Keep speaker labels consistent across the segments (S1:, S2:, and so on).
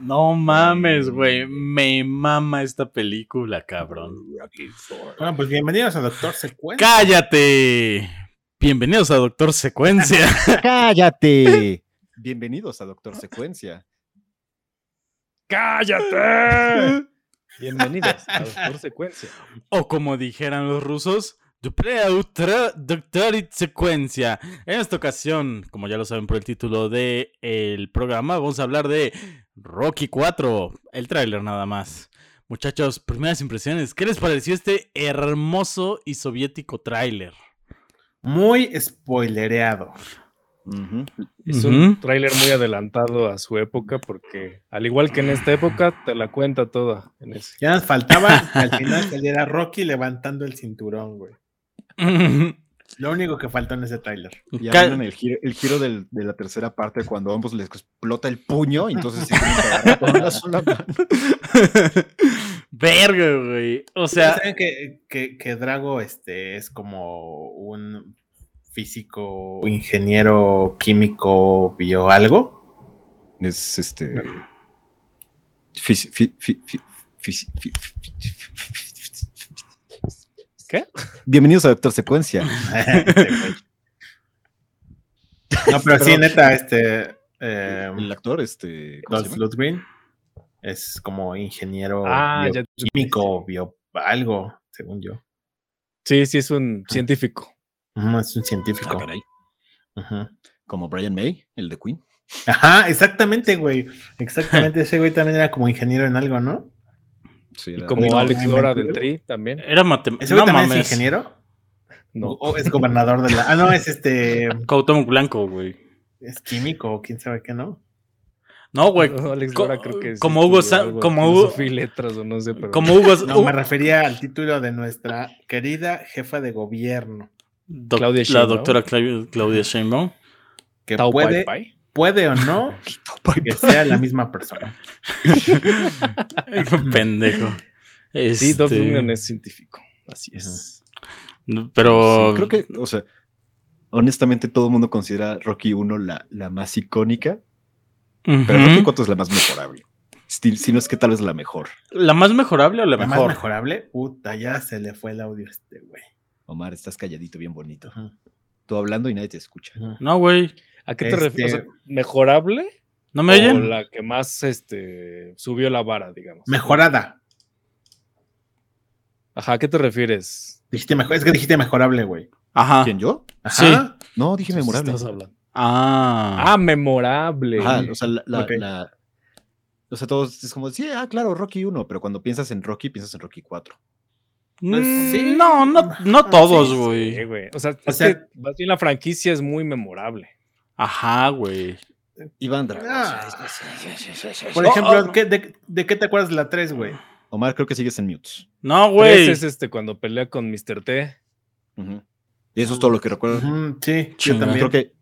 S1: No mames, güey. Me mama esta película, cabrón.
S2: Bueno, pues bienvenidos a Doctor Secuencia.
S1: ¡Cállate! Bienvenidos a Doctor Secuencia.
S3: ¡Cállate! Bienvenidos a Doctor Secuencia.
S1: ¡Cállate!
S3: Bienvenidos a Doctor Secuencia.
S1: O como dijeran los rusos, Duplea Utra Doctor It Secuencia. En esta ocasión, como ya lo saben por el título del programa, vamos a hablar de Rocky 4, el tráiler nada más. Muchachos, primeras impresiones. ¿Qué les pareció este hermoso y soviético tráiler?
S2: Muy spoilereado.
S3: Ujú.
S4: Es un
S1: Ujú.
S4: tráiler muy adelantado a su época porque, al igual que en esta época, te la cuenta toda en ese.
S2: Ya nos faltaba que al final saliera Rocky levantando el cinturón, güey. Lo único que faltó en ese tráiler.
S3: Y
S1: Ca-
S3: hablan el giro, el giro del- de la tercera parte cuando a ambos les explota el puño y entonces se tienen que agarrar con una sola mano.
S1: Verga, güey. O sea,
S2: ¿Saben que, que- que Drago este, es como un físico, ingeniero, químico, bio algo?
S3: Es este. fisi- fi- fi- fi- fisi- fi- fi- fi- fi- fi- fi-
S4: ¿Qué?
S3: Bienvenidos a Doctor Secuencia.
S2: Este güey. no, pero sí,
S3: Perdón.
S2: neta, este... eh,
S3: El actor, este. ¿cómo se
S2: Dolph
S3: llama?
S2: Lundgren es como
S1: Oh,
S2: ingeniero
S4: Ah, ya.
S2: bioquímico, bio algo, según yo.
S4: Sí, sí, es un científico.
S2: Ujú, es un
S3: Ah,
S2: científico.
S3: caray.
S2: Ujú.
S3: Como Brian May, el de Queen.
S2: Ajá, exactamente, güey. Exactamente, ese güey también era como ingeniero en algo, ¿no?
S3: Sí,
S4: Y
S3: era-
S4: como
S2: No,
S4: Alex
S2: no,
S4: Lora
S2: no,
S4: del
S2: no.
S4: Tri también.
S1: era matemático.
S2: Ese güey
S1: No
S2: también
S1: mames.
S2: es ingeniero.
S4: No.
S2: O es gobernador de la. Ah, no, es este.
S1: Cuauhtémoc Blanco, güey.
S2: Es químico, quién sabe qué, ¿no?
S1: No, güey.
S4: Alex
S1: co-
S4: Lora creo que sí
S1: como Hugo
S4: estudió
S1: Sa-
S4: algo de
S1: como Hugo-
S4: filosofía y letras o no sé, pero
S1: Como Hugo.
S2: No,
S1: Hugo-
S2: me refería al título de nuestra querida jefa de gobierno.
S1: doc-
S4: Claudia
S1: la
S4: Sheinbaum.
S1: doctora Cla- Claudia Sheinbaum.
S2: Que
S4: Tao Pai
S2: puede,
S4: Pai.
S2: puede o no que sea la misma persona.
S1: Pendejo.
S4: Sí, Dolph
S1: Este,
S4: Lundgren es científico. Así es.
S1: Pero.
S3: Sí, creo que, o sea, honestamente todo el mundo considera Rocky 1 la, la más icónica,
S1: Ujú.
S3: pero Rocky 4 es la más mejorable. Si, si no es que tal vez la mejor.
S1: ¿La más mejorable o la
S2: La más
S1: mejor?
S2: mejorable, puta, ya se le fue el audio a este güey.
S3: Omar, estás calladito, bien bonito.
S2: Ajá,
S3: Tú hablando y nadie te escucha.
S2: ajá.
S1: No, güey.
S4: ¿A qué te
S2: Este-
S4: refieres? O sea, ¿Mejorable?
S1: ¿No me
S4: O
S1: oyen?
S4: la que más este, subió la vara, digamos.
S2: Mejorada.
S4: Ajá, ¿a qué te refieres?
S2: Dijiste mejor, es que dijiste mejorable, güey. Ah.
S1: Ajá.
S3: ¿Quién, yo?
S2: Ajá.
S3: No, dije memorable.
S4: Estás hablando.
S1: Ah.
S4: Ah, memorable.
S3: Ajá, o sea, la, la-
S2: Ok.
S3: la- o sea, todos es como, sí, ah, claro, Rocky 1, pero cuando piensas en Rocky, piensas en Rocky 4.
S1: Mm,
S2: sí.
S1: No, no, no
S2: Ah,
S1: todos,
S2: sí,
S1: güey.
S4: Sí, güey. O sea,
S2: O
S4: es
S2: sea-
S4: que más bien la franquicia es muy memorable.
S1: Ajá, güey.
S3: Iván Drago.
S2: Ah.
S3: o sea, sí, sí, sí, sí, sí.
S2: Por
S1: Oh,
S2: ejemplo,
S1: oh.
S2: ¿qué- de, de qué te acuerdas de la 3, güey?
S3: Omar, creo que sigues en mutes.
S1: No,
S4: Tres
S1: güey.
S4: es este cuando pelea con Mr. T.
S3: Ujú. Y eso es todo lo que recuerdo.
S2: Ujú, sí,
S1: Chinga.
S2: yo también.
S3: Creo que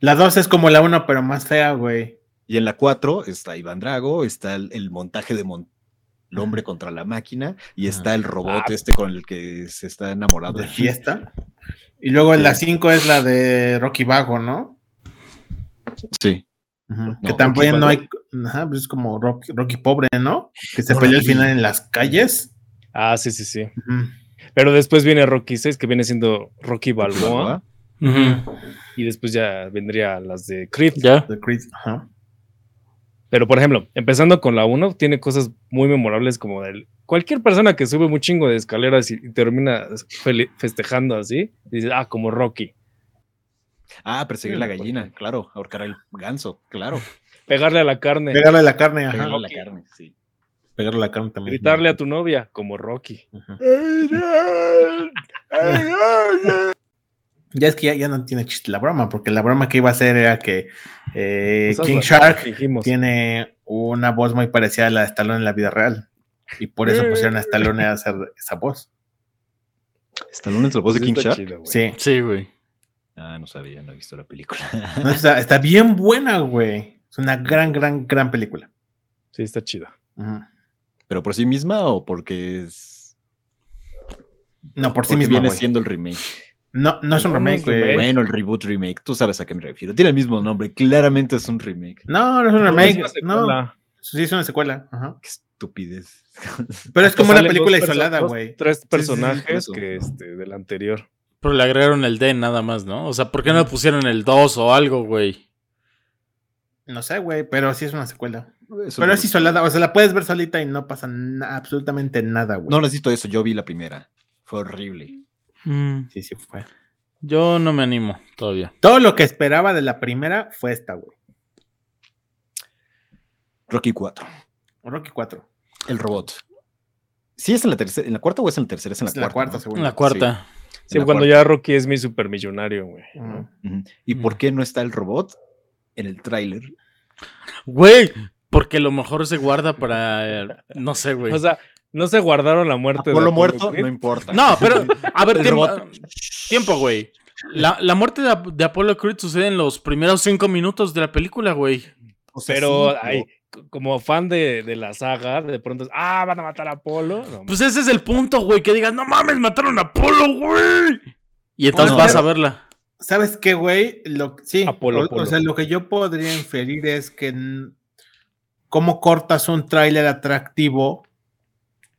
S2: La 2 es como la 1, pero más fea, güey.
S3: Y en la 4 está Iván Drago, está el, el montaje de Mon- el hombre contra la máquina y
S2: Ajá.
S3: está el robot
S4: Ah.
S3: este con el que se está enamorado.
S2: De fiesta. Y luego en la 5 es la de Rocky Vago, ¿no?
S3: Sí.
S2: Ujú,
S3: No,
S2: que también
S3: Rocky
S2: no
S3: Vago.
S2: hay. Ajá, pues es como Rocky, Rocky pobre, ¿no? Que se
S3: Rocky.
S2: peleó al final en las calles.
S4: Ah, sí, sí, sí.
S2: Ujú.
S4: Pero después viene Rocky 6, que viene siendo Rocky Balboa.
S1: Ujú.
S4: Y después ya vendría las de Creed.
S1: Ya.
S2: The Creed, ajá.
S4: Pero, por ejemplo, empezando con la 1, tiene cosas muy memorables como del... Cualquier persona que sube un chingo de escaleras y y termina fele- festejando así, dice, ah, como Rocky.
S3: Ah, perseguir la
S2: pues,
S3: gallina, claro. Ahorcar al ganso, claro.
S4: Pegarle a la carne,
S2: Pegarle a la carne, ajá.
S3: Pegarle a la
S4: ok.
S3: carne, sí.
S2: Pegarle a la carne también.
S4: gritarle a tu novia, como Rocky.
S2: Ajá. Ya es que ya, ya no tiene chiste la broma, porque la broma que iba a hacer era que eh,
S4: Esas
S2: King
S4: las-
S2: Shark
S4: dijimos.
S2: tiene una voz muy parecida a la de Stallone en la vida real. Y por
S4: Eh.
S2: eso pusieron a Stallone a hacer esa voz.
S3: ¿Stallone es la voz de
S4: Sí,
S3: King
S4: está
S3: Shark?
S4: chido, güey.
S2: Sí.
S1: Sí, güey.
S3: Ah, no sabía, no he visto la película.
S2: No, está, está bien buena, güey. Es una gran, gran, gran película.
S4: Sí, está chida.
S2: Ujú.
S3: ¿Pero por sí misma o porque es...?
S2: No, por sí
S3: porque
S2: misma,
S3: viene
S2: güey.
S3: siendo el remake.
S2: No, no es un
S4: No, no es
S2: remake, güey.
S4: remake.
S3: Bueno, el reboot remake, tú sabes a qué me refiero. Tiene el mismo nombre, claramente es un remake.
S2: No, no es un
S4: No, es
S2: remake.
S4: una
S2: No,
S4: secuela.
S2: Sí, es una secuela. Ajá.
S3: Qué estupidez.
S2: Pero es como
S4: Pues
S2: una
S4: salen
S2: película
S4: dos perso-
S2: isolada,
S4: dos-
S2: güey.
S4: Tres
S3: por
S4: personajes
S3: eso.
S4: que este, del anterior.
S1: Pero le agregaron el D nada más, ¿no? O sea, ¿por qué no le pusieron el 2 o algo, güey?
S2: No sé, güey, pero sí es una secuela.
S3: Eso
S2: Pero
S3: no-
S2: es isolada, o sea, la puedes ver solita y no pasa na- absolutamente nada, güey.
S3: No necesito eso, yo vi la primera. Fue horrible.
S2: Sí, sí fue.
S1: yo no me animo todavía.
S2: Todo lo que esperaba de la primera fue esta, güey.
S3: Rocky 4.
S2: Rocky 4.
S3: El robot. ¿Sí es en la tercera? ¿En la cuarta o es en la tercera? Es en la
S2: Es en la
S3: cuarta.
S2: cuarta,
S3: ¿no?
S2: según
S1: En la cuarta.
S4: Sí,
S3: En la
S4: cuando
S3: cuarta.
S4: ya Rocky es mi supermillonario, güey.
S2: Ujú.
S3: Ujú. ¿Y por qué no está el robot en el tráiler?
S1: Güey, porque lo mejor se guarda para... eh, no sé, güey.
S4: O sea, no se guardaron la muerte. de
S3: Apolo
S4: Apollo
S3: muerto,
S4: Creed.
S3: no importa.
S1: no, pero... A ver,
S3: El
S1: tiempo,
S3: robot.
S1: tiempo, güey. La, la muerte de, de Apollo Creed sucede en los primeros cinco minutos de la película, güey.
S3: O sea,
S4: Pero
S3: sí,
S4: ay, c- como fan de, de la saga, de pronto es, ah, van a matar a Apolo. No,
S1: Pues ese es el punto, güey. Que digas, no mames, mataron a Apollo, güey. Y entonces
S3: No,
S1: vas
S2: pero-
S1: a verla.
S2: ¿Sabes qué, güey? Lo, sí,
S4: Apolo,
S2: o- o,
S4: Apolo.
S2: sea, lo que yo podría inferir es que n- cómo cortas un tráiler atractivo,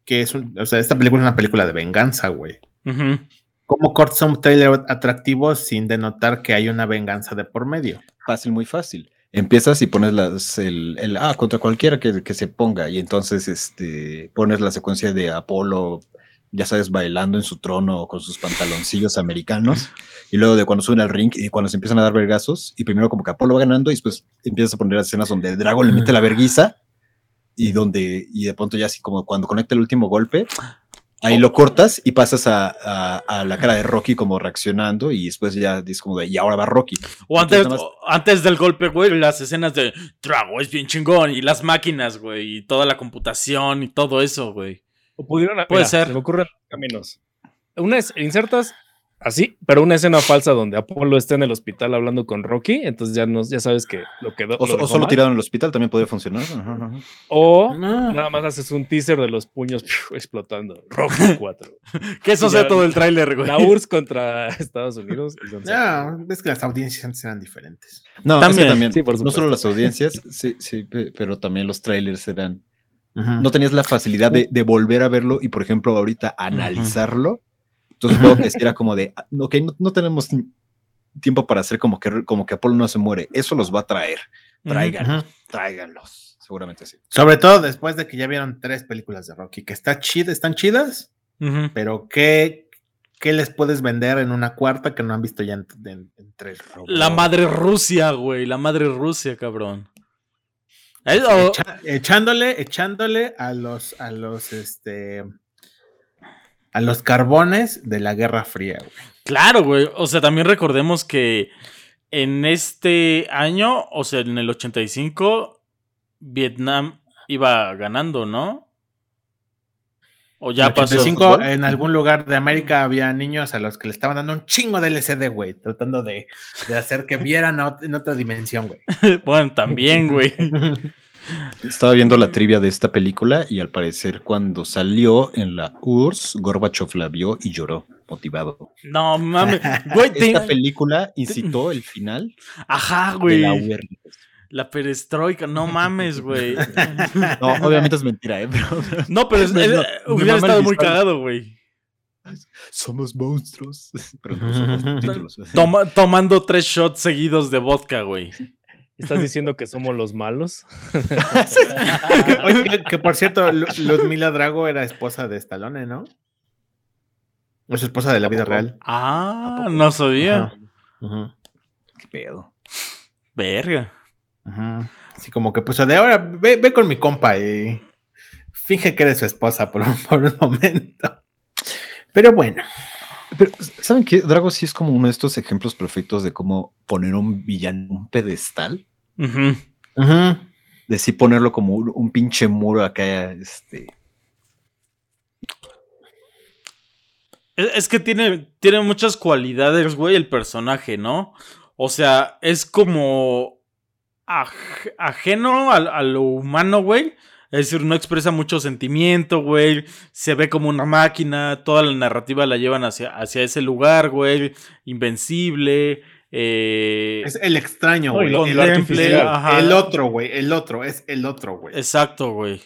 S2: que es un, o sea, esta película es una película de venganza, güey.
S1: Ujú.
S2: ¿Cómo cortas un tráiler atractivo sin denotar que hay una venganza de por medio?
S3: Fácil, muy fácil. Empiezas y pones las, el, el- ah, contra cualquiera que, que se ponga. Y entonces este, pones la secuencia de Apolo, ya sabes, bailando en su trono con sus pantaloncillos americanos. Y luego de cuando suben al ring y cuando se empiezan a dar vergazos. Y primero como que Apolo va ganando y después empiezas a poner las escenas donde Drago le mete la verguiza. Y donde, y de pronto ya así como cuando conecta el último golpe, ahí lo cortas y pasas a, a- a la cara de Rocky como reaccionando. Y después ya es como de, y ahora va Rocky.
S1: O antes,
S3: Entonces, nada
S1: o antes del golpe, güey, las escenas de Drago es bien chingón y las máquinas, güey, y toda la computación y todo eso, güey.
S4: O pudieron
S1: Puede
S4: Puede
S1: ser.
S4: ser. Se me ocurren caminos. Una es, insertas así, pero una escena falsa donde Apolo está en el hospital hablando con Rocky, entonces ya, no, ya sabes que lo quedó.
S3: O,
S4: lo
S3: so- o
S4: dejó
S3: solo
S4: mal.
S3: tirado en el hospital también podría funcionar. Ajá, ajá.
S4: O
S2: No.
S4: nada más haces un teaser de los puños piu, explotando. Rocky 4.
S1: Que eso
S4: Y ya-
S1: sea todo el tráiler, güey.
S4: La URSS contra Estados Unidos. entonces-
S2: No, Ah, es que las audiencias antes eran diferentes.
S3: No, es que
S1: También,
S3: también,
S4: sí, por
S3: no
S4: supuesto.
S3: solo las audiencias, sí, sí, pe- pero también los trailers eran.
S2: Ujú.
S3: No tenías la facilidad de, de volver a verlo y, por ejemplo, ahorita analizarlo. Entonces,
S2: Ujú.
S3: creo que sí era como de, ah, ok, no, no tenemos ti- tiempo para hacer como que, como que Apolo no se muere. Eso los va a traer.
S1: Ujú.
S3: Traigan,
S2: Ujú.
S3: tráiganlos. Seguramente sí.
S2: Sobre todo después de que ya vieron tres películas de Rocky, que está chida, están chidas,
S1: Ujú.
S2: pero ¿qué, ¿qué les puedes vender en una cuarta que no han visto ya en, en- en tres?
S1: La madre Rusia, güey. La madre Rusia, cabrón. Es- o-
S2: Echa- echándole, echándole a los, a los, este, a los carbones de la Guerra Fría, güey.
S1: claro, güey. O sea, también recordemos que en este año, o sea, en el 85, Vietnam iba ganando, ¿no? O ya
S2: en,
S1: pasó.
S2: 85,
S3: ¿Fútbol?
S2: en algún lugar de América había niños a los que le estaban dando un chingo de LSD, güey, tratando de, de hacer que vieran a ot- en otra dimensión, güey.
S1: Bueno, también, güey.
S3: Estaba viendo la trivia de esta película y al parecer, cuando salió en la URSS, Gorbachev la vio y lloró, motivado.
S1: No mames. Güey, te-
S3: Esta película incitó el final
S1: Ajá,
S3: de
S1: güey.
S3: la
S1: La,
S3: URSS.
S1: perestroika, no mames, güey.
S3: No, obviamente es mentira, ¿eh?
S1: No, pero es-
S3: Me-
S1: es-
S3: me
S1: hubiera
S3: mama el
S1: estado muy
S3: visual.
S1: cagado, güey.
S3: somos monstruos. Pero no somos títulos.
S1: Toma- tomando tres shots seguidos de vodka, güey.
S4: ¿Estás diciendo que somos los malos?
S2: Oye, que, que por cierto, Lu- Ludmila Drago era esposa de Stallone, ¿no? Es esposa de la vida real.
S1: Ah, no sabía.
S2: Ajá. Ujú,
S3: Qué pedo.
S1: Verga.
S2: ujú. Así como que puso de ahora, ve, ve con mi compa y finge que eres su esposa por un, por un momento. Pero bueno,
S3: Pero, ¿saben qué? Drago sí es como uno de estos ejemplos perfectos de cómo poner un villano en un pedestal.
S1: Ujú.
S2: ujú,
S3: De sí ponerlo como un, un pinche muro acá, este.
S1: Es, es que tiene, tiene muchas cualidades, güey, el personaje, ¿no? O sea, es como aj- ajeno al- a, lo humano, güey. Es decir, no expresa mucho sentimiento, güey. Se ve como una máquina. Toda la narrativa la llevan hacia, hacia ese lugar, güey. Invencible. eh,
S2: Es el extraño,
S4: No, y
S2: güey.
S4: lo-
S2: el,
S1: lo
S2: el-
S1: artificial. Ajá.
S2: el otro, güey. El otro, es el otro, güey.
S1: exacto, güey.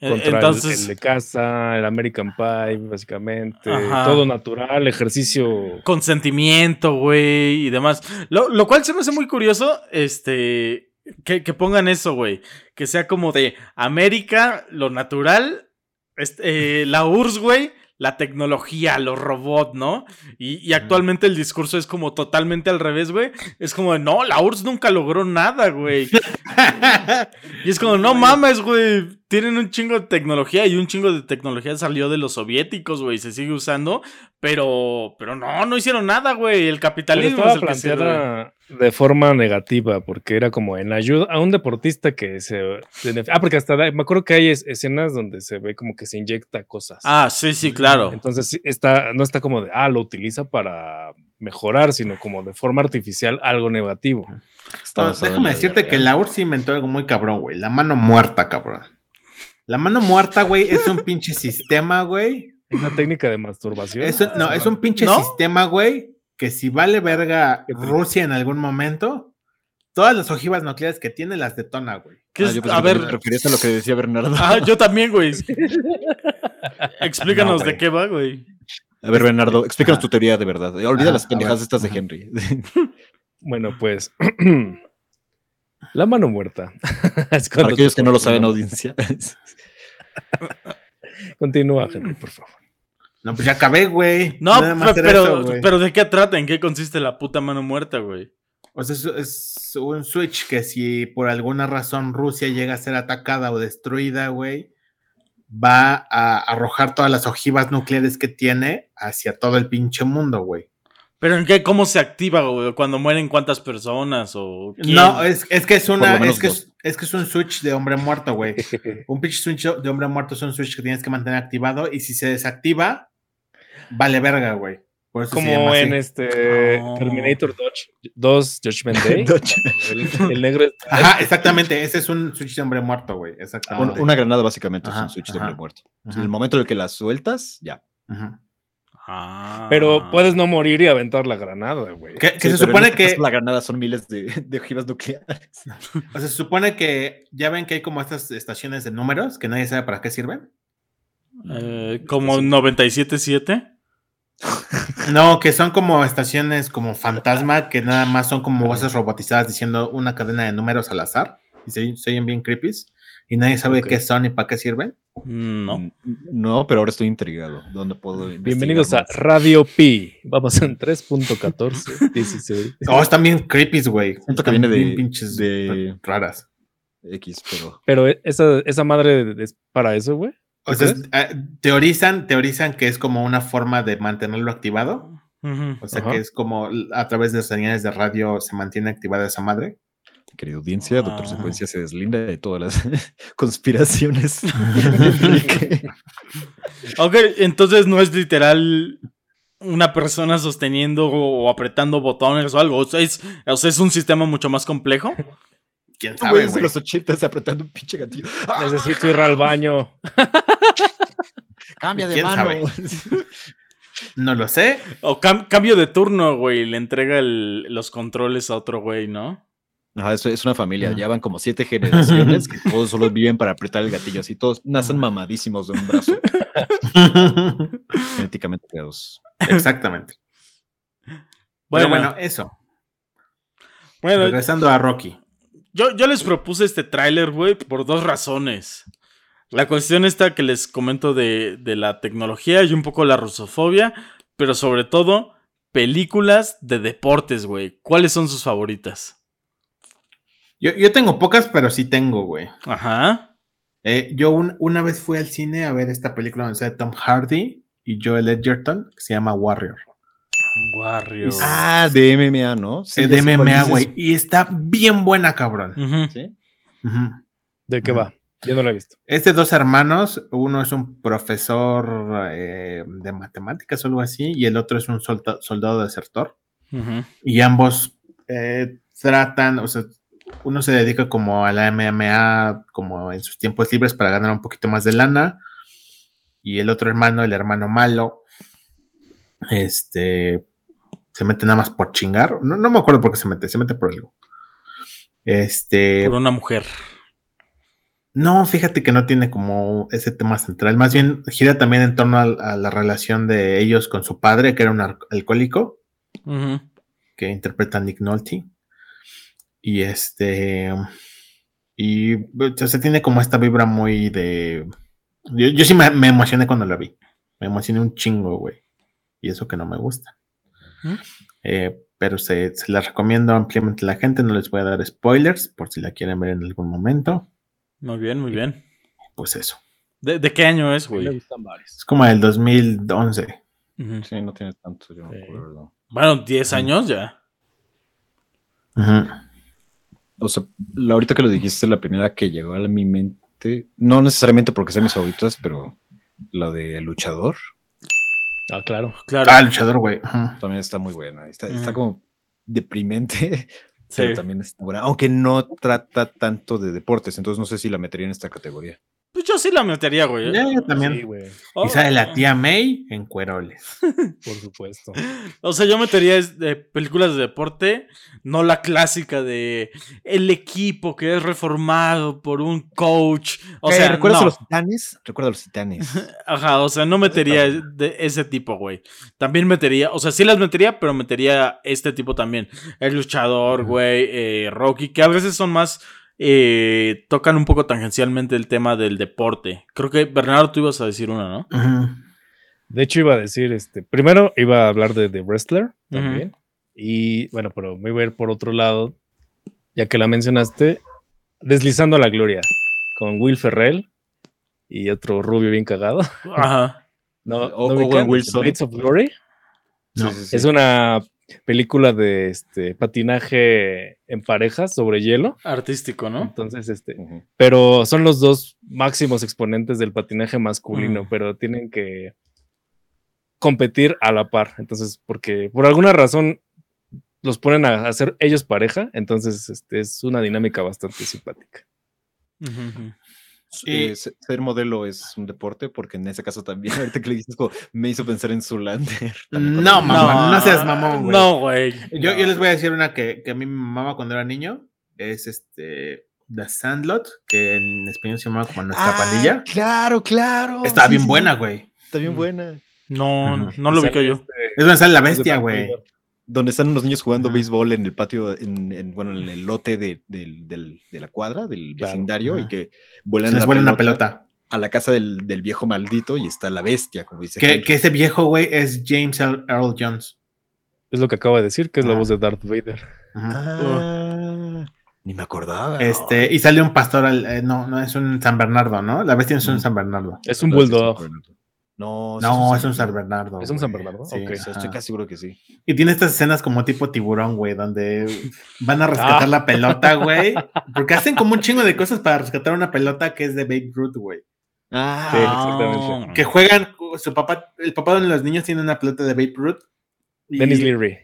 S1: E-
S4: Contra el-
S1: Entonces,
S4: el, de casa, el American Pie, básicamente.
S1: Ajá.
S4: Todo natural, ejercicio.
S1: consentimiento, güey, y demás. Lo, lo cual se me hace muy curioso, este, que, que pongan eso, güey. Que sea como de América, lo natural, este, eh, la URSS, güey, la tecnología, los robots, ¿no? Y, y actualmente el discurso es como totalmente al revés, güey. Es como de, no, la URSS nunca logró nada, güey. Y es como, no mames, güey. Tienen un chingo de tecnología y un chingo de tecnología salió de los soviéticos, güey. Se sigue usando, pero, pero no, no hicieron nada, güey. El
S4: Pero
S1: capitalismo es
S4: estaba
S1: el que sirve, güey.
S4: planteada de forma negativa, porque era como en ayuda a un deportista que se. beneficia- Ah, porque hasta da- me acuerdo que hay es- escenas donde se ve como que se inyecta cosas.
S1: Ah, sí, sí, claro.
S4: Entonces sí, está, no está como de, ah, lo utiliza para mejorar, sino como de forma artificial algo negativo.
S3: Está
S2: No,
S3: basado en
S2: Ah, déjame
S3: la
S2: decirte
S3: vida
S2: que
S3: real.
S2: la URSS inventó algo muy cabrón, güey. La mano muerta, cabrón. La mano muerta, güey, es un pinche sistema, güey.
S4: Es una técnica de masturbación.
S2: Es un- no, es un pinche
S1: ¿No?
S2: sistema, güey, que si vale verga
S4: Qué triste.
S2: Rusia en algún momento, todas las ojivas nucleares que tiene las detona, güey.
S1: ¿Qué
S3: Ah,
S1: es-
S3: yo pensé
S1: a
S3: que te
S1: ver,
S3: referías a lo que decía Bernardo.
S1: ah, yo también, güey. Explícanos
S2: No,
S1: de
S2: güey.
S1: qué va, güey.
S3: A ver, Bernardo, explícanos tu teoría de verdad. Olvida
S2: Ah,
S3: las
S2: a
S3: pendejadas
S2: ver.
S3: estas de Henry.
S4: Bueno, pues. la mano muerta. Es
S3: Para
S4: cuando
S3: aquellos
S4: te-
S3: que no lo saben, audiencia.
S4: Continúa, Henry, por favor.
S2: No, pues ya acabé, güey.
S1: No,
S2: Nada más
S1: pe-
S2: era
S1: pero,
S2: eso, güey.
S1: pero ¿de qué trata? ¿En qué consiste la puta mano muerta, güey?
S2: O sea, es, es un switch que si por alguna razón Rusia llega a ser atacada o destruida, güey, va a arrojar todas las ojivas nucleares que tiene hacia todo el pinche mundo, güey.
S1: ¿Pero en qué? ¿Cómo se activa, güey? ¿Cuando mueren cuántas personas? ¿O quién?
S2: No, es, es que es
S3: lo
S2: una,
S3: menos
S2: es que
S3: dos.
S2: es, es que es un switch de hombre muerto, güey. Un pinche switch de hombre muerto es un switch que tienes que mantener activado y si se desactiva, vale verga, güey. Por eso se llama
S4: Como
S2: así.
S4: en este
S1: No.
S4: Terminator Dodge, 2 Judgment Day.
S3: Dodge.
S4: el, el negro es-
S2: Ajá, exactamente. Ese es un switch de hombre muerto, güey.
S3: Un-
S2: Exactamente.
S3: Una granada, básicamente, es
S2: Ah, Ajá,
S3: un switch de
S2: ajá.
S3: hombre muerto.
S2: Ajá,
S3: En el momento en el que la sueltas, ya.
S2: ajá.
S1: Ah.
S4: Pero puedes no morir y aventar la granada, güey.
S2: Que, que se
S3: Sí, pero en
S2: supone
S3: este
S2: que
S3: caso La granada son miles de, de ojivas nucleares.
S2: O sea, se supone que ya ven que hay como estas estaciones de números que nadie sabe para qué sirven.
S1: Eh, como 97.7.
S2: No, que son como estaciones como fantasma que nada más son como voces robotizadas diciendo una cadena de números al azar y se, se oyen bien creepy y nadie sabe
S4: Ok.
S2: qué son y para qué sirven.
S1: No.
S3: Mm, No, pero ahora estoy intrigado. ¿Dónde puedo investigar
S4: Bienvenidos a
S3: más?
S4: Radio Pi. Vamos en 3.14, 16.
S2: Oh, están bien creepy, güey.
S3: Siento que
S2: Están
S3: viene
S2: bien
S3: de-
S2: pinches
S3: de-
S2: raras.
S3: X, pero.
S4: Pero esa, esa madre es para eso, güey.
S2: O sea, es-
S4: ¿Crees?
S2: ah, teorizan, teorizan que es como una forma de mantenerlo activado.
S1: Ujú.
S2: O sea,
S4: Ajá.
S2: que es como a través de señales de radio se mantiene activada esa madre.
S3: Querida audiencia, Doctor
S1: Ah.
S3: Secuencia se deslinda de todas las conspiraciones. que-
S1: Ok, entonces no es literal una persona sosteniendo o apretando botones o algo. O sea, es, o sea, es un sistema mucho más complejo.
S2: ¿Quién sabe,
S3: Güeyes de
S2: güey?
S3: los ochentas apretando un pinche gatillo. ¡Ah!
S4: Necesito ir al baño.
S3: Cambia de
S2: ¿Quién
S3: mano.
S2: No lo sé.
S1: O cam- cambio de turno, güey. Le entrega el- los controles a otro güey, ¿no?
S3: No, es, es una familia.
S1: Ah.
S3: Ya van como siete generaciones que todos solo viven para apretar el gatillo. Así todos
S1: Ah.
S3: nacen mamadísimos de un brazo. Genéticamente creados.
S2: Exactamente.
S1: Bueno,
S2: Pero
S1: bueno,
S2: bueno, eso.
S1: bueno
S2: Regresando a Rocky.
S1: yo, yo les propuse este tráiler, güey, por dos razones. La cuestión esta que les comento de, de la tecnología y un poco la rusofobia, pero sobre todo, películas de deportes, güey. ¿Cuáles son sus favoritas?
S2: Yo, yo tengo pocas, pero sí tengo, güey.
S1: Ajá.
S2: Eh, yo un- una vez fui al cine a ver esta película donde sale Tom Hardy y Joel Edgerton, que se llama Warrior.
S1: Warrior.
S2: Y-
S3: Ah, de MMA, ¿no? Sí,
S2: Es
S3: ya
S2: de
S3: sé cuál
S2: MMA,
S3: dices.
S2: güey. Y está bien buena, cabrón.
S1: Ujú.
S3: Sí.
S2: Ujú.
S4: ¿De qué va? Yo no lo he visto.
S2: Es de dos hermanos. Uno es un profesor eh, de matemáticas o algo así, y el otro es un solda- soldado desertor.
S1: Ujú.
S2: y ambos eh, tratan, o sea, uno se dedica como a la MMA, como en sus tiempos libres para ganar un poquito más de lana, y el otro hermano, el hermano malo, este, se mete nada más por chingar. No, no me acuerdo por qué se mete, se mete por algo. Este.
S1: Por una mujer.
S2: No, fíjate que no tiene como ese tema central. Más bien gira también en torno al- a, la relación de ellos con su padre, que era un ar- alcohólico,
S1: Ujú.
S2: que interpreta Nick Nolte. Y este. Y o sea, tiene como esta vibra muy de. Yo, yo sí me, me emocioné cuando la vi. Me emocioné un chingo, güey. Y eso que no me gusta.
S1: ¿Mm?
S2: Eh, pero se, se la recomiendo ampliamente a la gente. No les voy a dar spoilers por si la quieren ver en algún momento.
S1: Muy bien, muy bien.
S2: Pues eso.
S1: ¿De, de qué año es,
S4: Le
S1: güey?
S4: gustan varios.
S2: Es como el 2011.
S1: Ujú.
S3: Sí, no tiene tanto, yo
S1: Sí.
S3: me acuerdo.
S1: Bueno, 10 años ya.
S2: Ujú.
S3: O sea, la- ahorita que lo dijiste, la primera que llegó a la- mi mente, no necesariamente porque sean mis favoritas, pero la de Luchador
S4: Ah, claro.
S1: Claro.
S2: Ah, luchador, güey. Ujú.
S3: también está muy buena. Está, está
S1: Ujú.
S3: como deprimente,
S1: sí.
S3: pero también está buena. Aunque no trata tanto de deportes, entonces no sé si la metería en esta categoría.
S1: Pues yo sí la metería, güey.
S2: Ya, yo
S4: Sí,
S2: también.
S4: güey,
S1: Oh,
S2: y sale la tía May en cueroles.
S4: por supuesto.
S1: O sea, yo metería es de películas de deporte, no la clásica de el equipo que es reformado por un coach. O sea,
S3: ¿recuerdas
S1: no.
S3: a los titanes? Recuerda a los titanes.
S1: Ajá, o sea, no metería de ese tipo, güey. También metería, o sea, sí las metería, pero metería este tipo también. El luchador,
S3: Ajá.
S1: güey, eh, Rocky, que a veces son más, eh, tocan un poco tangencialmente el tema del deporte. Creo que, Bernardo, tú ibas a decir una, ¿no?
S2: Ujú.
S4: De hecho, iba a decir, este, primero iba a hablar de The Wrestler también. Y bueno, pero me iba a ir por otro lado, ya que la mencionaste, Deslizando a la Gloria, con Will Ferrell y otro rubio bien cagado.
S1: Ajá.
S4: No,
S3: O-
S4: no
S3: Owen
S4: ubican,
S3: Wilson.
S4: Blades of Glory.
S2: No.
S3: Sí, sí, sí.
S4: Es una película de este, patinaje en pareja sobre hielo.
S1: Artístico, ¿no?
S4: Entonces, este,
S3: Ujú.
S4: pero son los dos máximos exponentes del patinaje masculino,
S2: Mm.
S4: pero tienen que competir a la par. Entonces, porque por alguna razón los ponen a hacer ellos pareja, entonces este, es una dinámica bastante simpática.
S1: Ujú, ujú.
S2: Y-
S3: Eh, se- ser modelo es un deporte porque en ese caso también, ahorita que le dices, como, me hizo pensar en Zulander.
S2: No, mamón, no seas mamón, güey.
S1: No, güey.
S2: Yo, yo les voy a decir una que, que a mí me mamaba cuando era niño. Es este. The Sandlot, que en español se llamaba como Nuestra Pandilla.
S3: Claro, claro.
S2: Está
S3: Ah, Sí,
S2: bien
S3: sí,
S2: buena, güey.
S3: Está bien
S1: Mm.
S3: buena.
S1: No,
S2: Ajá.
S1: no lo ubico yo.
S2: Es donde sale la bestia, güey.
S3: Donde están unos niños jugando
S2: Ajá.
S3: béisbol en el patio, en, en, bueno, en el lote de, del- del- de la cuadra, del
S4: Claro,
S3: vecindario,
S2: ajá.
S3: y que
S2: Se
S3: vuelan,
S2: les
S3: la
S2: vuela una pelota.
S3: a la casa del, del viejo maldito y está la bestia, como dice.
S2: Que,
S3: Henry.
S2: que ese viejo, güey, es James Earl, Earl Jones.
S4: Es lo que acabo de decir, que es la
S2: Ah.
S4: voz de Darth Vader.
S2: Ujú.
S3: Ah, ni me acordaba.
S2: Este, y sale un pastor, al- eh, no, no es un San Bernardo, ¿no? La bestia es un
S3: Ujú.
S2: San Bernardo.
S4: Es un bulldog.
S3: No, sí
S2: No, es un San
S3: Bernardo.
S2: Bernardo.
S4: ¿Es un
S2: güey.
S4: San Bernardo?
S2: Sí,
S4: Ok.
S3: O sea, Estoy
S2: ajá.
S3: casi seguro que sí.
S2: Y tiene estas escenas como tipo tiburón, güey, donde van a rescatar
S4: Ah.
S2: la pelota, güey. Porque hacen como un chingo de cosas para rescatar una pelota que es de Babe Ruth, güey.
S3: Ah,
S4: Sí, exactamente.
S2: Que juegan, su papá, el papá de los niños tiene una pelota de Babe Ruth. y-
S4: Dennis Leary.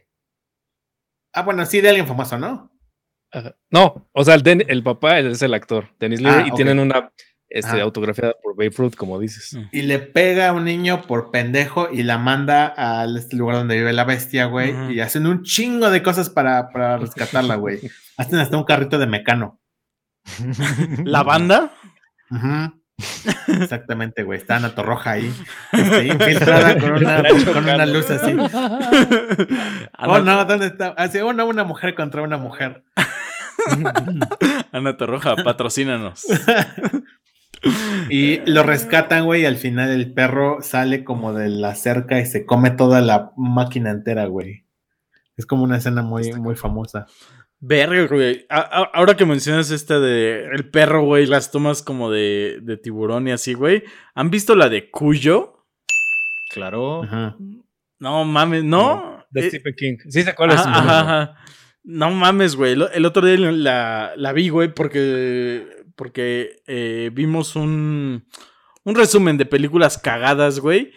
S2: Ah, bueno, sí, de alguien famoso, ¿no?
S4: Ajá. No, o sea, el, Den- el papá es el actor, Dennis Leary,
S2: Ah,
S4: y
S2: ok.
S4: tienen una este,
S2: Ajá.
S4: autografiada por Babe Ruth, como dices.
S1: Mm.
S2: Y le pega a un niño por pendejo y la manda al este lugar donde vive la bestia, güey.
S1: Ujú.
S2: Y hacen un chingo de cosas para, para rescatarla, güey. Hacen hasta un carrito de mecano.
S1: ¿La banda?
S2: Ujú. Exactamente, güey. Está Ana Torroja ahí, este, infiltrada con una, con una luz así.
S1: Ana,
S2: Oh, no, ¿dónde está? Así, oh, no, una mujer contra una mujer.
S1: Ana Torroja, patrocínanos.
S2: Y lo rescatan, güey, y al final el perro sale como de la cerca y se come toda la máquina entera, güey. Es como una escena muy, muy famosa.
S1: Verga, güey. A- a- Ahora que mencionas esta de el perro, güey, las tomas como de, de tiburón y así, güey. ¿Han visto la de Cuyo?
S3: claro.
S2: Ajá.
S1: No mames, ¿no?
S4: De
S1: Eh,
S4: Stephen King. Sí, se acuerda.
S1: ajá, ajá, ajá. No mames, güey. Lo- El otro día la, la vi, güey, porque, porque eh, vimos un, un resumen de películas cagadas, güey.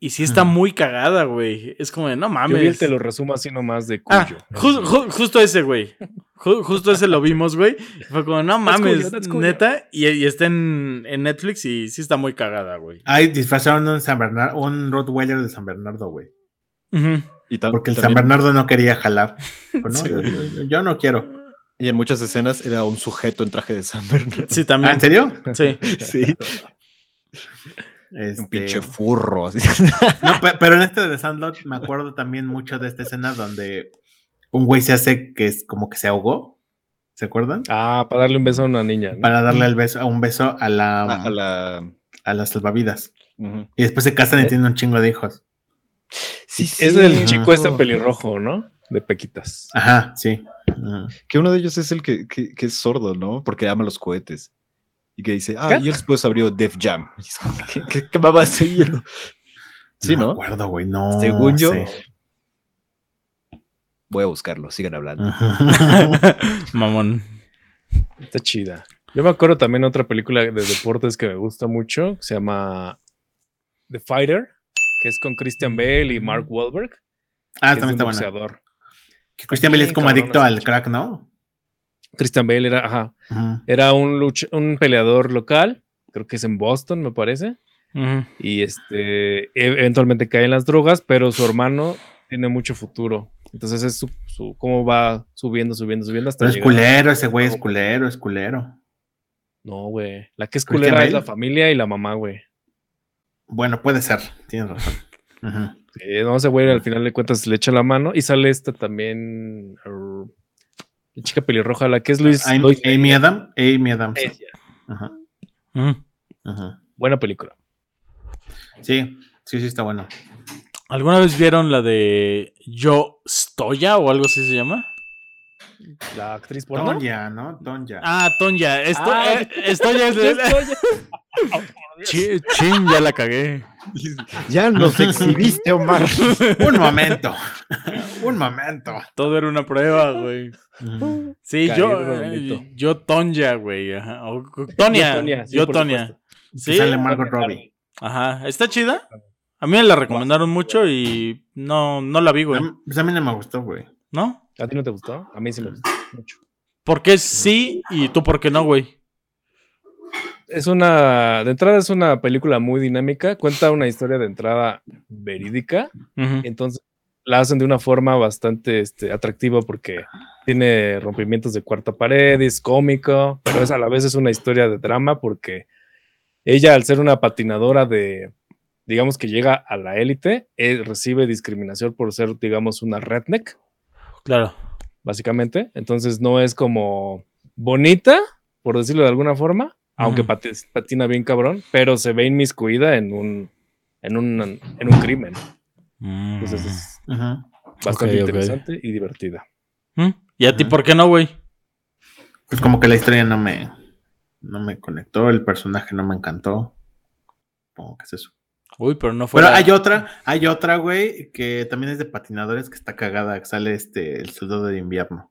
S1: Y sí está
S2: Ujú.
S1: muy cagada, güey. Es como de, no
S4: Yo
S1: mames.
S4: vi el te lo resumo así nomás de
S1: Ah,
S4: Cuyo.
S1: ju- ju- justo ese, güey. Ju- justo ese lo vimos, güey. Y Fue como, no
S4: That's
S1: mames,
S4: Cuyo, that's Cuyo.
S1: neta. Y, y está en, en Netflix y sí está muy cagada, güey.
S2: Ahí disfrazaron un San Bernardo, un Rottweiler de San Bernardo, güey.
S1: Ujú.
S3: Y tam-
S2: Porque el San
S3: también-
S2: Bernardo no quería jalar. Dijo, "No,
S3: Sí.
S2: yo, yo- yo no quiero.
S3: Y en muchas escenas era un sujeto en traje de San Bernardo.
S1: Sí,
S2: Ah,
S1: también.
S2: ¿En serio?
S1: Sí.
S3: Sí,
S2: Este,
S3: un pinche furro. así.
S2: no, pe- pero en este de Sandlot me acuerdo también mucho de esta escena donde un güey se hace que es como que se ahogó. ¿Se acuerdan?
S4: Ah, para darle un beso a una niña. ¿no?
S2: Para darle el beso, un beso a la,
S3: A la-
S2: a las salvavidas.
S3: Ujú.
S2: Y después se casan y tienen un chingo de hijos.
S3: Sí,
S4: Es el
S3: cierto.
S4: chico este pelirrojo, ¿no? De Pequitas.
S2: Ajá, sí. Mm. Ajá.
S3: Que uno de ellos es el que, que- que es sordo, ¿no? Porque ama los cohetes. Y que dice, ah,
S4: ¿Qué?
S3: y él después abrió Def Jam. Y es como, ¿Qué, qué, qué mamá estoy viendo? Sí,
S2: me
S3: ¿no? Ah,
S2: acuerdo, güey, no.
S3: Según yo.
S2: sé.
S3: Voy a buscarlo, sigan hablando.
S2: Ajá.
S1: Mamón.
S4: Está chida. Yo me acuerdo también otra película de deportes que me gusta mucho, que se llama The Fighter, que es con Christian Bale y Mark Wahlberg.
S2: Ah,
S4: que es de
S2: también
S4: un
S2: está bueno.
S4: boxeador.
S2: Que Christian Bale es
S4: Bien
S2: como
S4: cabrón
S2: adicto
S4: ese
S2: al
S4: chico.
S2: crack, ¿no?
S4: Christian Bale era, ajá,
S2: Ajá.
S4: era un, luch- un peleador local, creo que es en Boston, me parece.
S1: Ujú.
S4: Y este, e- eventualmente cae en las drogas, pero su hermano tiene mucho futuro. Entonces es su, su- cómo va subiendo, subiendo, subiendo hasta
S2: Pero es
S4: llegar-
S2: culero, ese güey es culero, es culero.
S4: No, güey. La que es
S2: Christian
S4: culera es la
S2: Bale.
S4: familia y la mamá, güey.
S2: Bueno, puede ser, tienes razón. Ajá.
S4: Eh, no, ese güey al final de cuentas le echa la mano y sale esta también. er, la chica pelirroja, la que es Luis.
S2: Amy,
S4: Lois
S2: Amy Adam, Amy Adams.
S4: Lane.
S2: Ajá,
S1: Ujú.
S2: ajá.
S4: Buena película.
S2: Sí, sí, sí, está bueno.
S1: ¿Alguna vez vieron la de Yo Stoya o algo así se llama?
S4: La actriz porno.
S2: Tonya, ¿no? Tonya.
S1: Ah, Tonya. Esto,
S4: Ah.
S1: eh, Estoya es de... Chi- Chin, ya la cagué.
S3: Ya nos exhibiste, Omar.
S2: Un momento. Un momento.
S1: Todo era una prueba, güey.
S2: Ujú.
S1: Sí,
S4: Caí
S1: yo,
S4: redondito.
S1: eh, yo Tonya, güey. ajá, o- o- Tonya. Yo Tonya.
S4: Tonya, sí, por
S1: Sí,
S2: Sale Margot Robbie.
S1: ajá. ¿Está chida? A mí me la recomendaron mucho y no, no la vi, güey.
S2: A mí- Pues a mí no me gustó, güey.
S1: ¿No?
S4: ¿A ti no te gustó? A mí sí me gustó mucho.
S1: ¿Por qué sí y tú por qué no, güey?
S4: Es una. De entrada es una película muy dinámica. Cuenta una historia de entrada verídica.
S1: Ujú.
S4: Entonces la hacen de una forma bastante este, atractiva porque tiene rompimientos de cuarta pared, es cómico, pero es a la vez es una historia de drama porque ella al ser una patinadora de, digamos que llega a la élite, eh, recibe discriminación por ser, digamos, una redneck,
S1: Claro.
S4: básicamente. Entonces no es como bonita, por decirlo de alguna forma, aunque
S1: Ujú.
S4: pati- patina bien cabrón, pero se ve inmiscuida en un, en un, en un crimen. Entonces es
S2: Ajá.
S1: Ok,
S4: bastante
S1: ok.
S4: interesante y divertida.
S1: ¿Mm? ¿Y a ti
S2: Ajá.
S1: por qué no, güey?
S2: Pues como que la historia no me, no me conectó, el personaje no me encantó. Supongo que es eso.
S1: Uy, pero no fue.
S2: Pero
S1: la-
S2: hay otra, hay otra, güey, que también es de patinadores que está cagada, que sale este, el soldado de invierno.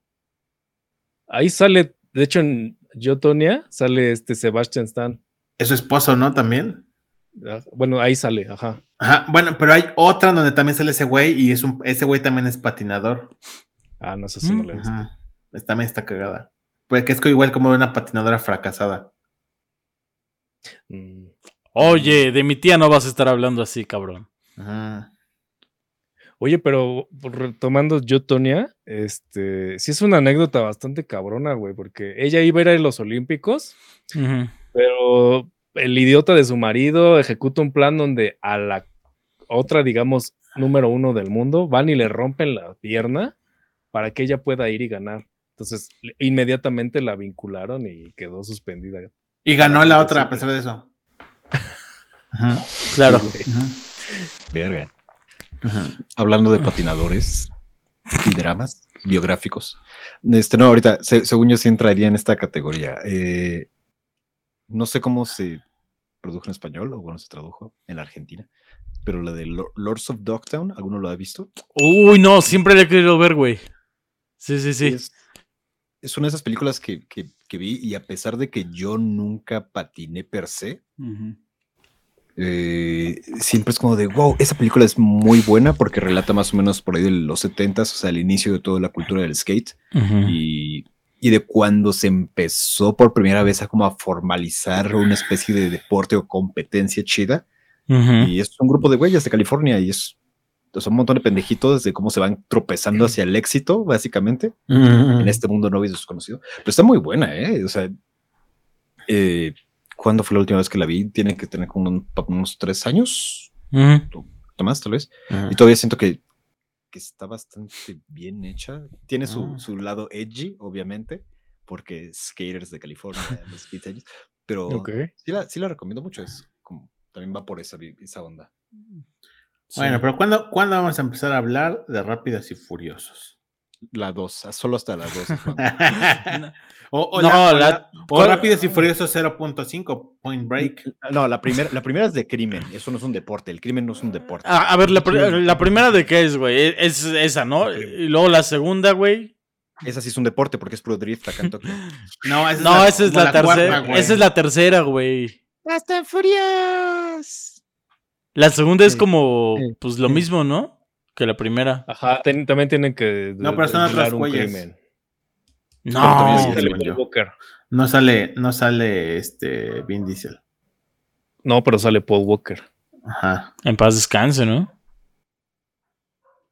S4: Ahí sale, de hecho, en Yo Tonya sale este Sebastian Stan.
S2: Es su esposo, ¿no? También.
S4: Ah, Bueno, ahí sale, ajá.
S2: Ajá, bueno, pero hay otra donde también sale ese güey y es un, ese güey también es patinador.
S4: Ah, no sé si no la he visto.
S2: Ajá. Es- También este. está cagada. Pues que es igual como de una patinadora fracasada.
S4: Mm.
S1: Oye, de mi tía no vas a estar hablando así, cabrón.
S2: Ajá.
S4: Oye, pero retomando Yo Tonya, este, sí es una anécdota bastante cabrona, güey, porque ella iba a ir a los Olímpicos,
S1: Ujú.
S4: pero el idiota de su marido ejecuta un plan donde a la otra, digamos, número uno del mundo, van y le rompen la pierna para que ella pueda ir y ganar. Entonces, le- inmediatamente la vincularon y quedó suspendida.
S2: Y ganó la otra a pesar de eso. Ajá,
S1: Claro.
S2: ajá,
S3: Verga.
S2: ajá.
S3: Hablando de patinadores y dramas biográficos. Este, no, ahorita, se- según yo sí entraría en esta categoría. Eh, no sé cómo se produjo en español o bueno, se tradujo en la Argentina, pero la de Lo- Lords of Dogtown, ¿alguno lo ha visto?
S1: Uy, no, siempre le he querido ver, güey. Sí, sí, sí.
S3: Es, es una de esas películas que, que- que vi y a pesar de que yo nunca patiné per se,
S1: Ujú.
S3: eh, siempre es como de, wow, esa película es muy buena porque relata más o menos por ahí de los 70s, o sea, el inicio de toda la cultura del skate y, y de cuando se empezó por primera vez a como a formalizar una especie de deporte o competencia chida.
S1: Ujú.
S3: Y es un grupo de güeyes de California y es o sea, un montón de pendejitos de cómo se van tropezando hacia el éxito, básicamente,
S1: Mm.
S3: en este mundo novio y desconocido. Pero está muy buena, ¿eh? O sea, eh, ¿cuándo fue la última vez que la vi? Tiene que tener como un- unos tres años, o más, tal vez.
S2: Ah.
S3: Y todavía siento que, que está bastante bien hecha. Tiene su,
S2: Ah.
S3: su lado edgy, obviamente, porque skaters de California, los edgy, pero
S2: Oh.
S4: Ok.
S3: sí, la, sí la recomiendo mucho. Es como, también va por esa, vi- esa onda.
S2: Bueno, pero ¿cuándo, ¿cuándo vamos a empezar a hablar de Rápidos y Furiosos?
S3: La dos, solo hasta las dos. es cuando-
S2: o, o
S1: No,
S2: la- o
S1: la-
S2: la- o
S1: ¿cuál-
S2: Rápidos y Furiosos 0.5, Point Break.
S3: No, la primera, la primera es de crimen. Eso no es un deporte. El crimen no es un deporte.
S1: A, a ver, la, pri- la primera de qué es, güey. E- Es esa, ¿no? Y luego la segunda, güey.
S3: Esa sí es un deporte porque es puro drift acá en Tokio.
S2: No, esa
S1: No, esa es
S2: como
S1: la tercera.
S2: cuarta, güey.
S1: Esa es la tercera, güey.
S3: ¡Hasta furias!
S1: La segunda es
S4: Sí.
S1: como,
S4: Sí.
S1: pues lo mismo, ¿no? Que la primera.
S4: Ajá, ten- también tienen que.
S2: No, pero son otras Ah,
S4: desvelar un
S2: huellas.
S4: crimen.
S1: No.
S3: también
S2: sí.
S4: El
S2: según yo.
S4: Walker.
S2: No sale, no sale este Vin Diesel.
S4: No, pero sale Paul Walker.
S2: Ajá.
S1: En paz descanse, ¿no?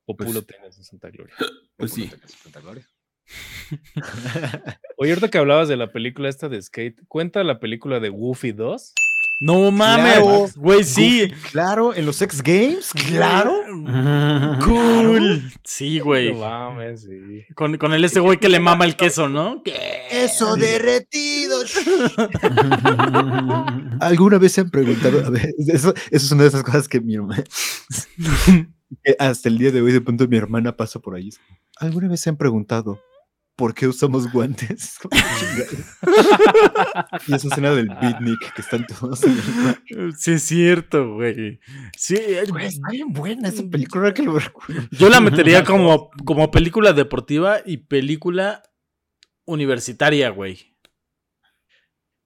S4: O
S3: Pues-
S4: Pulo Tenis de Santa Gloria.
S2: Pues sí.
S4: Oye, ahorita que hablabas de la película esta de Skate, ¿cuenta la película de Woofy 2?
S1: No mames,
S3: Claro.
S1: güey, sí.
S3: Claro, en los X Games, claro.
S1: Cool. Sí, güey.
S4: No mames, sí.
S1: Con, con el este güey que le mama el queso, ¿no?
S3: Eso derretido. ¿Alguna vez se han preguntado? a ver, eso, eso es una de esas cosas que mi hermana. que hasta el día de hoy, de pronto mi hermana pasa por ahí. ¿Alguna vez se han preguntado por qué usamos guantes? y esa escena del beatnik que están todos. en el-
S1: Sí, es cierto, güey. Sí, eh,
S3: Güey,
S4: Pues,
S3: está bien buena esa película, ahora que lo recuerdo.
S1: yo la metería como, como película deportiva y película universitaria, güey.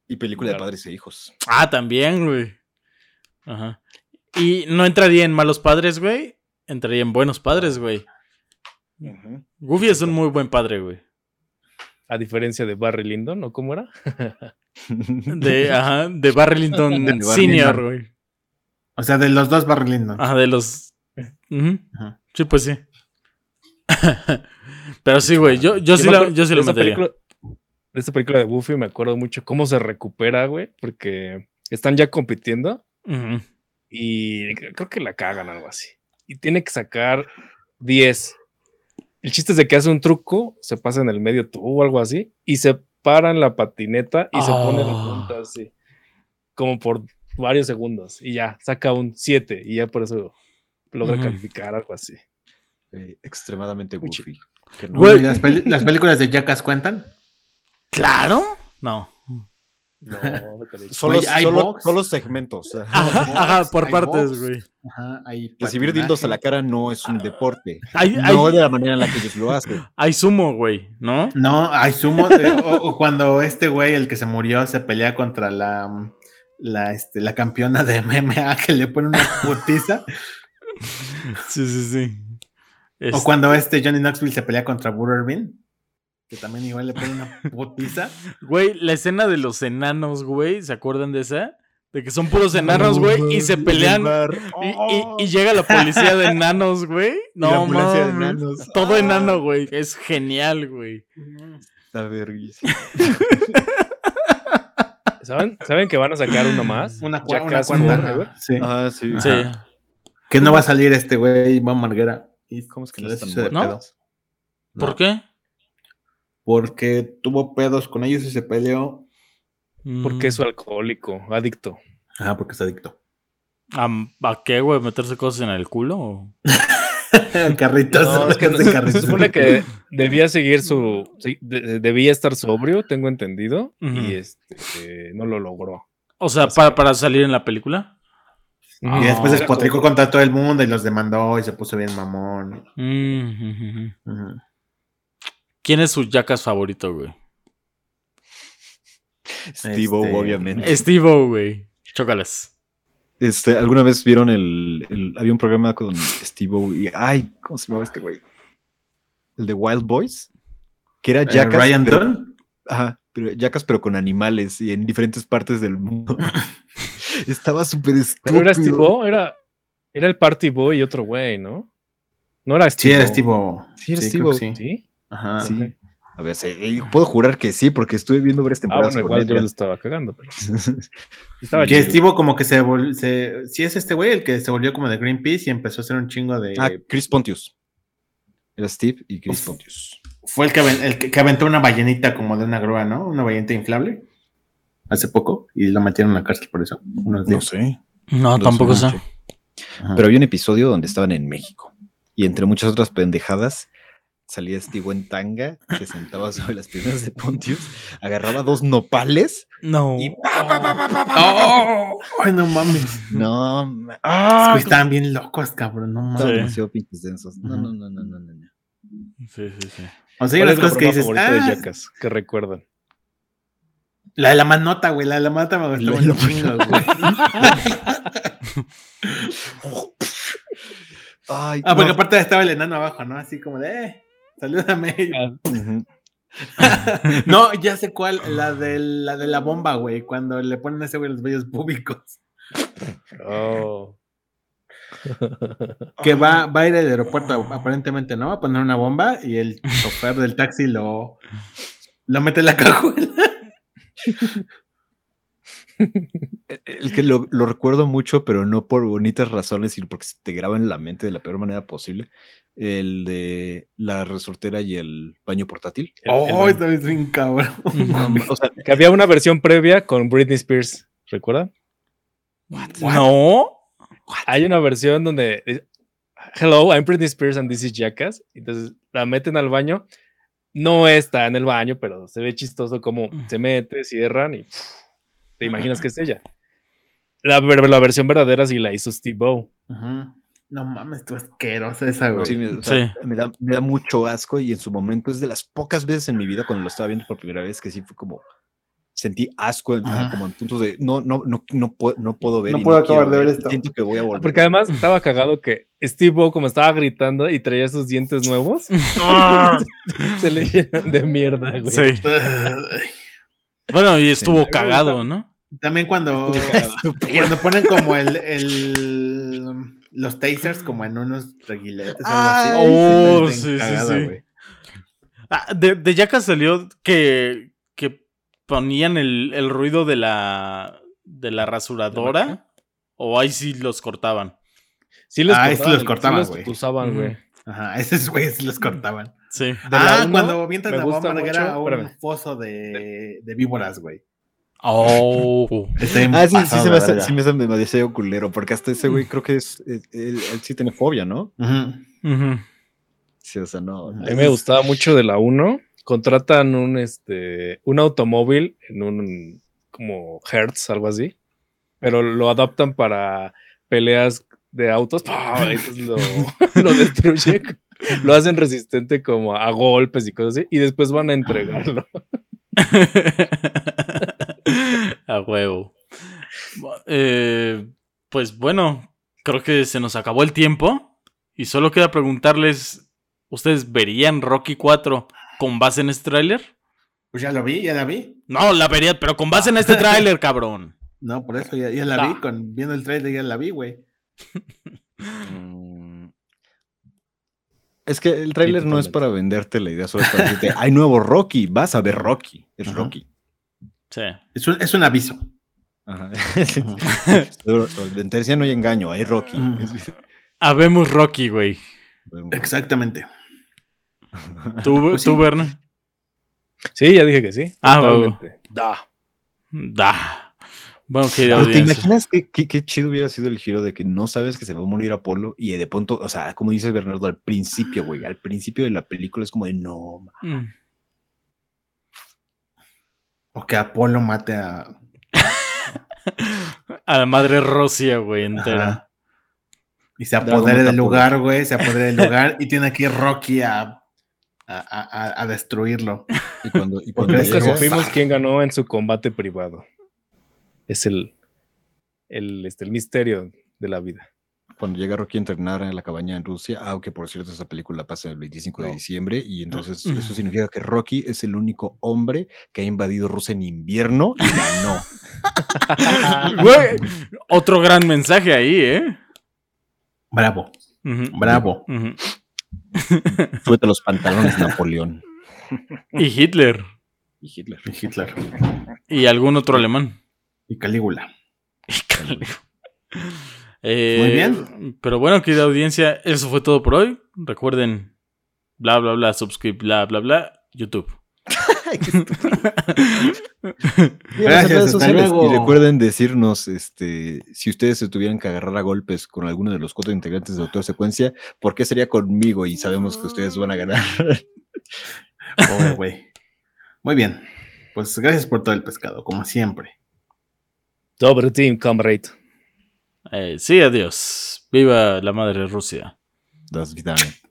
S3: Y película de
S4: Claro.
S3: padres e hijos.
S1: Ah, también, güey. Ajá. Y no entraría en malos padres, güey. Entraría en buenos padres, güey. Goofy es un muy buen padre, güey.
S4: A diferencia de Barry Lyndon, ¿o cómo era?
S1: De, ajá, de Barrelington
S3: De
S1: Senior,
S3: Barrelington.
S1: güey.
S2: O sea, de los dos Barrelindo.
S1: Ajá, Ah, de los. Ujú.
S2: Ajá.
S1: Sí, pues sí. Pero sí, güey, yo, yo sí
S4: me
S1: la,
S4: acuerdo
S1: yo sí
S4: de
S1: la
S4: esa
S1: metería.
S4: película- De esta película de Woofy me acuerdo mucho cómo se recupera, güey, porque están ya compitiendo
S1: Ujú.
S4: y creo que la cagan algo así. Y tiene que sacar 10. El chiste es de que hace un truco, se pasa en el medio tubo o algo así, y se para en la patineta y se pone la
S1: Ah.
S4: punta así, como por varios segundos, y ya saca un 7, y ya por eso logra
S1: Ujú.
S4: calificar algo así.
S3: Eh, extremadamente
S4: Uchi.
S3: goofy. Que no-
S1: Güey.
S2: ¿Las, peli- las películas de Jackass cuentan?
S1: Claro. No.
S4: No, no califica.
S3: Solo,
S2: Güey, hay
S3: solo,
S2: box.
S3: solo segmentos.
S1: Ajá, ajá, por
S2: hay
S1: partes,
S2: box.
S1: güey.
S2: Ajá, hay
S3: Recibir
S2: patinaje.
S3: dildos a la cara no es un deporte.
S1: Hay, hay,
S3: No de la manera en la que ellos lo hacen.
S1: hay sumo, güey, ¿no?
S2: No, hay sumo. eh, o, o cuando este güey, el que se murió, se pelea contra la, mm, la, este, la campeona de MMA que le pone una putiza.
S1: Sí, sí, sí. Es-
S2: O cuando este Johnny Knoxville se pelea contra Butterbean, que también igual le pone una putiza.
S1: Güey, la escena de los enanos, güey, ¿se acuerdan de esa? De que son puros enanos, güey, y se pelean. Y,
S3: Oh.
S1: y- y llega la policía de enanos, güey. No,
S3: ambulancia de
S1: mames.
S3: enanos.
S1: Todo
S3: Ah.
S1: enano, güey. Es genial, güey.
S3: Está verguísima.
S4: ¿Saben? ¿Saben que van a sacar uno más?
S2: Una, cua- una
S4: Jackass
S2: cuarta.
S4: Forever.
S2: ajá, sí.
S3: Ah, sí.
S1: Sí.
S2: Que no va a salir este güey, Iván Marguera. Y
S3: ¿Cómo es que
S2: se
S3: no
S2: les
S3: están
S2: hizo de
S1: ¿No?
S2: pedo.
S1: ¿Por qué?
S2: Porque tuvo pedos con ellos y se peleó. Mm.
S4: Porque es
S1: eso.
S4: alcohólico, adicto.
S2: Ah, porque es adicto.
S1: ¿A, a qué, güey? ¿Meterse cosas en el culo? o?
S2: carritos.
S4: No, es que
S2: de
S4: no-
S2: carritos.
S4: se supone que debía seguir su. sí, de- de- debía estar sobrio, tengo entendido.
S1: Ujú.
S4: Y este eh, no lo logró.
S1: O sea,
S4: Así.
S1: pa- para salir en la película.
S4: Ah,
S2: Y después
S1: No,
S2: despotricó contra todo el mundo y los demandó y se puso bien mamón.
S1: Mm, ujú, ujú.
S2: Ujú.
S1: ¿Quién es su yacas favorito, güey?
S3: Steve
S2: Este-
S3: obviamente.
S1: Steve, güey. Chócalas.
S3: Este, ¿Alguna vez vieron el, el- Había un programa con Steve O y. Ay, ¿cómo se llamaba este güey? El de Wild Boys. Que era
S2: Eh,
S3: Jackass.
S2: Ryan
S3: pero-
S2: Dunn.
S3: Ajá, pero Jackass, pero con animales y en diferentes partes del mundo. Estaba súper estúpido.
S4: Pero era Steve era, era el Party Boy y otro güey, ¿no? No era
S2: Sí,
S4: Steve.
S2: eres tipo.
S3: Sí, eres
S2: creo que Sí.
S3: Steve-O.
S4: Sí. Ah,
S2: Ajá.
S3: Sí.
S4: ok.
S3: A ver, sí, eh, puedo jurar que sí, porque estuve viendo varias
S4: Ah,
S3: temporadas.
S4: bueno,
S3: con
S4: igual yo lo
S3: él.
S4: estaba cagando, pero estaba
S2: Que
S4: chido.
S2: Steve como que se, vol- se sí es este güey el que se volvió como de Greenpeace y empezó a hacer un chingo de
S3: ah, Chris Pontius. Era Steve y Chris
S2: Uf.
S3: Pontius.
S2: fue el que, aven- el que- que aventó una ballenita como de una grúa, ¿no? Una ballenita inflable hace poco y lo metieron en la cárcel por eso. unos días.
S3: sé.
S1: No,
S3: Los
S1: tampoco
S3: Manche.
S1: sé.
S2: Ajá.
S3: Pero había un episodio donde estaban en México y entre muchas otras pendejadas salía Steve en tanga, se sentaba sobre las piernas de Pontius, agarraba dos nopales
S1: No.
S3: y...
S2: ¡Oh! ¡Ay, no mames!
S3: No, ma-
S2: Es que
S3: ¡Ah!
S2: estaban bien locos, cabrón, no mames.
S3: Estaban
S1: Sí.
S3: demasiado pinches densos. No,
S2: Ajá.
S3: no, no, no, no, no, no.
S1: Sí, sí, sí.
S2: O sea, hay
S4: ¿Cuál
S2: unas
S4: es la
S2: cosas que
S4: broma
S2: dices,
S4: favorita de
S2: ah,
S4: Jackass que recuerdan?
S2: la de la manota, güey, la de la manota me gustó
S3: La de
S2: un
S3: la
S2: chingo, güey.
S3: Ay,
S2: Ah, porque
S3: no.
S2: aparte estaba el enano abajo, ¿no? Así como de, eh, salúdame.
S3: Ujú.
S2: No, ya sé cuál, la de la, de la bomba, güey, cuando le ponen a ese güey los bellos públicos. Ah.
S4: Oh.
S2: Que
S4: Ah.
S2: va, va a ir al aeropuerto, aparentemente, ¿no? Va a poner una bomba y el chofer del taxi lo, lo mete en la cajuela.
S3: El Eh, que lo, lo recuerdo mucho, pero no por bonitas razones, sino porque se te graba en la mente de la peor manera posible. El de la resortera y el baño portátil.
S4: El-
S2: oh,
S4: el-
S2: esta vez bien cabrón.
S3: O sea,
S4: que había una versión previa con Britney Spears, ¿recuerdan?
S1: No.
S4: Hay una versión donde eh, Hello, I'm Britney Spears and this is Jackass. Entonces la meten al baño. No está en el baño, pero se ve chistoso como
S2: Mm.
S4: se mete, cierran y pff, te imaginas que es ella. La, ver- la versión verdadera sí la hizo Steve O.
S2: Ujú. No mames, tú asquerosa esa, güey.
S3: sí, me, o sea,
S1: Sí.
S3: me da, me da mucho asco y en su momento es de las pocas veces en mi vida cuando lo estaba viendo por primera vez que sí fue como sentí asco en-
S2: Ajá.
S3: como en puntos de no no no no puedo no puedo ver
S2: No
S3: y
S2: puedo acabar
S3: quiero
S2: de ver esto.
S3: siento que voy a volver
S4: Porque además estaba cagado que Steve O, como estaba gritando y traía sus dientes nuevos,
S1: Ah,
S4: se le llenan de mierda, güey.
S1: Sí. Bueno, y estuvo
S4: Sí.
S1: cagado, ¿no?
S2: También cuando, cuando ponen como el, el- los tasers como en unos reguiletes.
S1: Ay,
S2: algo así. Está
S1: sí,
S2: bien
S1: sí,
S2: cagada,
S1: sí.
S2: güey.
S1: Ah, de, de Jackass salió que, que ponían el, el ruido de la, de la rasuradora. o ahí sí los cortaban.
S4: Sí los
S2: Ah, sí los
S4: sí
S2: cortaban,
S4: los
S2: güey.
S4: tusaban,
S1: Ujú.
S4: güey.
S2: Ajá, esos güeyes los cortaban.
S1: Sí.
S4: De
S2: ah,
S4: la uno,
S2: cuando avientas
S4: me
S2: la
S4: gusta
S2: bomba negra
S4: mucho-
S2: a un
S4: espérame.
S2: foso de, de víboras, güey.
S1: Oh.
S2: Está bien
S3: Ah, sí, sí,
S2: pasado
S3: se
S2: de
S3: me hace,
S2: verga.
S3: sí me hace demasiado culero, porque hasta ese güey creo que es, es- él, él sí tiene fobia, ¿no?
S2: Ujú.
S1: Ujú.
S3: Sí, o sea, no.
S4: A mí me gustaba mucho de la 1. Contratan un este un automóvil en un como Hertz, algo así. Pero lo adaptan para peleas de autos. ¡pah! Entonces lo, lo destruyen. Lo hacen resistente como a golpes y cosas así. Y después van a entregarlo.
S1: A huevo. Eh, pues bueno, creo que se nos acabó el tiempo. Y solo queda preguntarles: ¿Ustedes verían Rocky 4 con base en este tráiler?
S2: Pues ya lo vi, ya la vi.
S1: No, la vería, pero con base en este tráiler, cabrón.
S2: No, por eso ya, ya la
S1: Ah.
S2: vi. Con, viendo el trailer ya la vi, güey.
S3: Mm. Es que el tráiler no es para venderte la idea, solo es para decirte, hay nuevo Rocky, vas a ver Rocky, es
S2: Ajá.
S3: Rocky.
S1: Sí.
S2: Es un, es un aviso.
S3: Ajá. Seguro, en Tercia no hay engaño, hay Rocky.
S2: Ujú.
S1: Habemos Rocky, güey.
S2: Exactamente.
S1: ¿Tú,
S2: Pues sí.
S1: tú Berna?
S4: Sí, ya dije que sí.
S1: Ah, va, va.
S4: totalmente.
S1: Da. Bueno, querida
S3: Pero ¿Te
S1: audiencia.
S3: imaginas qué, qué, qué chido hubiera sido el giro de que no sabes que se va a morir Apolo y de pronto, o sea, como dice Bernardo, al principio, güey, al principio de la película es como de no, ma-
S1: Mm.
S2: O que Apolo mate a.
S1: A la madre Rosia, güey, entera.
S2: Ajá. Y se
S3: Dragon
S2: apodere
S3: Ball
S2: del
S3: Apolo.
S2: lugar, güey. Se apodere del lugar. y tiene aquí Rocky a, a, a- a- a destruirlo.
S3: Y cuando, y
S2: Porque
S3: cuando
S2: es que
S4: Nunca
S3: llega-
S4: supimos quién ganó en su combate privado. Es el, el, este, el misterio de la vida.
S3: cuando llega Rocky a entrenar en la cabaña en Rusia, aunque por cierto esa película pasa el 25 de
S4: No.
S3: diciembre, y entonces
S1: Ujú.
S3: eso significa que Rocky es el único hombre que ha invadido Rusia en invierno y ganó.
S1: Güey, otro gran mensaje ahí, ¿eh?
S2: Bravo,
S1: Ujú.
S2: bravo.
S1: Ujú.
S3: Súbete los pantalones, Napoleón.
S1: Y Hitler.
S3: Y Hitler.
S2: Y Hitler.
S1: Y algún otro alemán.
S2: Y Calígula.
S1: Eh,
S2: Muy bien.
S1: Pero bueno, querida audiencia, eso fue todo por hoy. Recuerden, bla, bla, bla, subscribe, bla, bla, bla, YouTube.
S2: Gracias,
S3: redes
S2: hasta
S3: sociales.
S2: luego.
S3: Y recuerden decirnos este, si ustedes se tuvieran que agarrar a golpes con alguno de los cuatro integrantes de Doctor Secuencia, ¿por qué sería conmigo? Y sabemos que ustedes van a ganar.
S2: Pobre güey. Muy bien. Pues gracias por todo el pescado, como siempre.
S4: Dobre team, comrade.
S1: Eh, sí, adiós. Viva la madre Rusia.
S3: Das Vidane.